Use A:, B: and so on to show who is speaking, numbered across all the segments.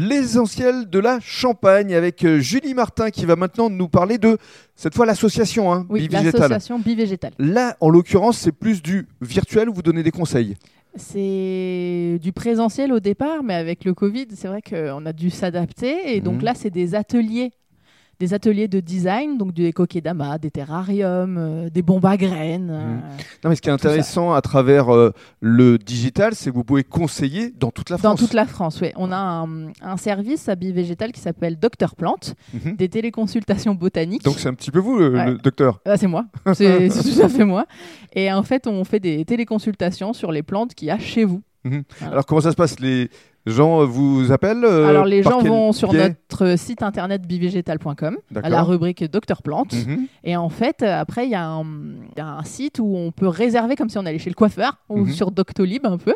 A: l'essentiel de la Champagne avec euh, Julie Martin qui va maintenant nous parler de, cette fois, l'association hein,
B: Oui,
A: Bivégétale.
B: l'association bivégétale.
A: Là, en l'occurrence, c'est plus du virtuel où vous donnez des conseils.
B: C'est du présentiel au départ, mais avec le Covid, c'est vrai qu'on a dû s'adapter. Et donc
A: Mhm.
B: là, c'est des ateliers. Des ateliers de design, donc des kokedama, des terrariums, euh, des bombes à graines.
A: Mhm.
B: euh,
A: Non, mais ce qui est
B: Tout ça.
A: intéressant à travers euh, le digital, c'est que vous pouvez conseiller dans toute la
B: Dans
A: France.
B: toute la France, oui. On a un, un service à bivégétal qui s'appelle Docteur Plante,
A: Mhm.
B: des téléconsultations botaniques.
A: Donc c'est un petit peu vous, euh,
B: Ouais.
A: le docteur.
B: Ah, c'est moi, c'est c'est tout à fait moi. Et en fait, on fait des téléconsultations sur les plantes qu'il y a chez vous.
A: Alors comment ça se passe Les gens euh, vous appellent euh,
B: Alors les
A: par
B: gens
A: quel
B: vont sur
A: biais
B: notre site internet bivégétal.com, à la
A: D'accord.
B: rubrique Docteur Plante.
A: Mhm.
B: Et en fait, euh, après, il y, a un il y a un site où on peut réserver comme si on allait chez le coiffeur ou
A: Mhm.
B: sur Doctolib un peu.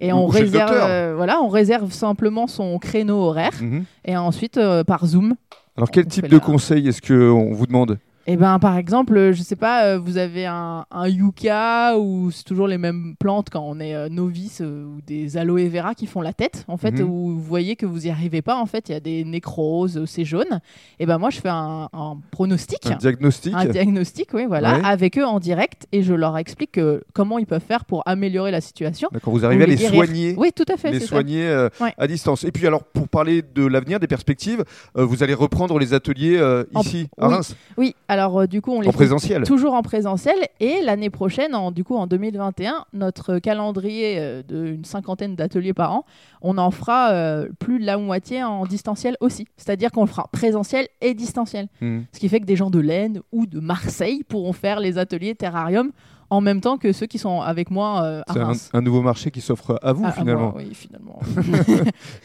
B: Et
A: Ou
B: on
A: chez le
B: réserve,
A: docteur.
B: euh, voilà, on réserve simplement son créneau horaire.
A: Mhm.
B: Et ensuite, euh, par Zoom,
A: Alors quel
B: On
A: type
B: fait
A: de
B: la-
A: conseil est-ce qu'on vous demande
B: Eh ben, par exemple, euh, je sais pas, euh, vous avez un, un yucca ou c'est toujours les mêmes plantes quand on est euh, novice euh, ou des aloe vera qui font la tête, en fait,
A: Mhm.
B: où vous voyez que vous y arrivez pas, en fait, il y a des nécroses, euh, c'est jaune. Et ben moi, je fais un, un pronostic,
A: Un diagnostic
B: un diagnostic, oui, voilà,
A: Ouais.
B: avec eux en direct et je leur explique euh, comment ils peuvent faire pour améliorer la situation.
A: D'accord, vous arrivez à
B: Ou
A: les
B: les guérir.
A: soigner
B: Oui, tout à fait,
A: les
B: c'est ça.
A: soigner euh,
B: Ouais.
A: à distance. Et puis alors, pour parler de l'avenir, des perspectives, euh, vous allez reprendre les ateliers euh,
B: En-
A: ici, à
B: oui,
A: Reims,
B: Oui, alors euh, du coup, on les
A: en
B: fait
A: présentiel.
B: Toujours en présentiel et l'année prochaine, en, du coup en 2021, notre calendrier euh, d'une cinquantaine d'ateliers par an, on en fera euh, plus de la moitié en distanciel aussi. C'est-à-dire qu'on le fera présentiel et distanciel.
A: Mhm.
B: Ce qui fait que des gens de l'Aisne ou de Marseille pourront faire les ateliers terrarium en même temps que ceux qui sont avec moi euh, à
A: C'est un,
B: Reims.
A: un nouveau marché qui s'offre à vous
B: Ah, à
A: finalement.
B: moi, oui, finalement.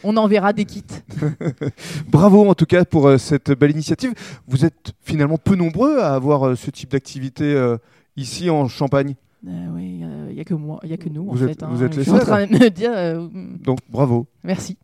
B: on enverra des kits.
A: Bravo en tout cas pour euh, cette belle initiative. Vous êtes finalement peu nombreux à avoir euh, ce type d'activité euh, ici en Champagne.
B: Euh, oui, il n'y a que moi, il y a que nous
A: Vous
B: en
A: êtes-
B: fait. hein.
A: vous êtes les
B: Je suis en
A: seuls.
B: train de me dire euh, mm,
A: Donc bravo.
B: merci.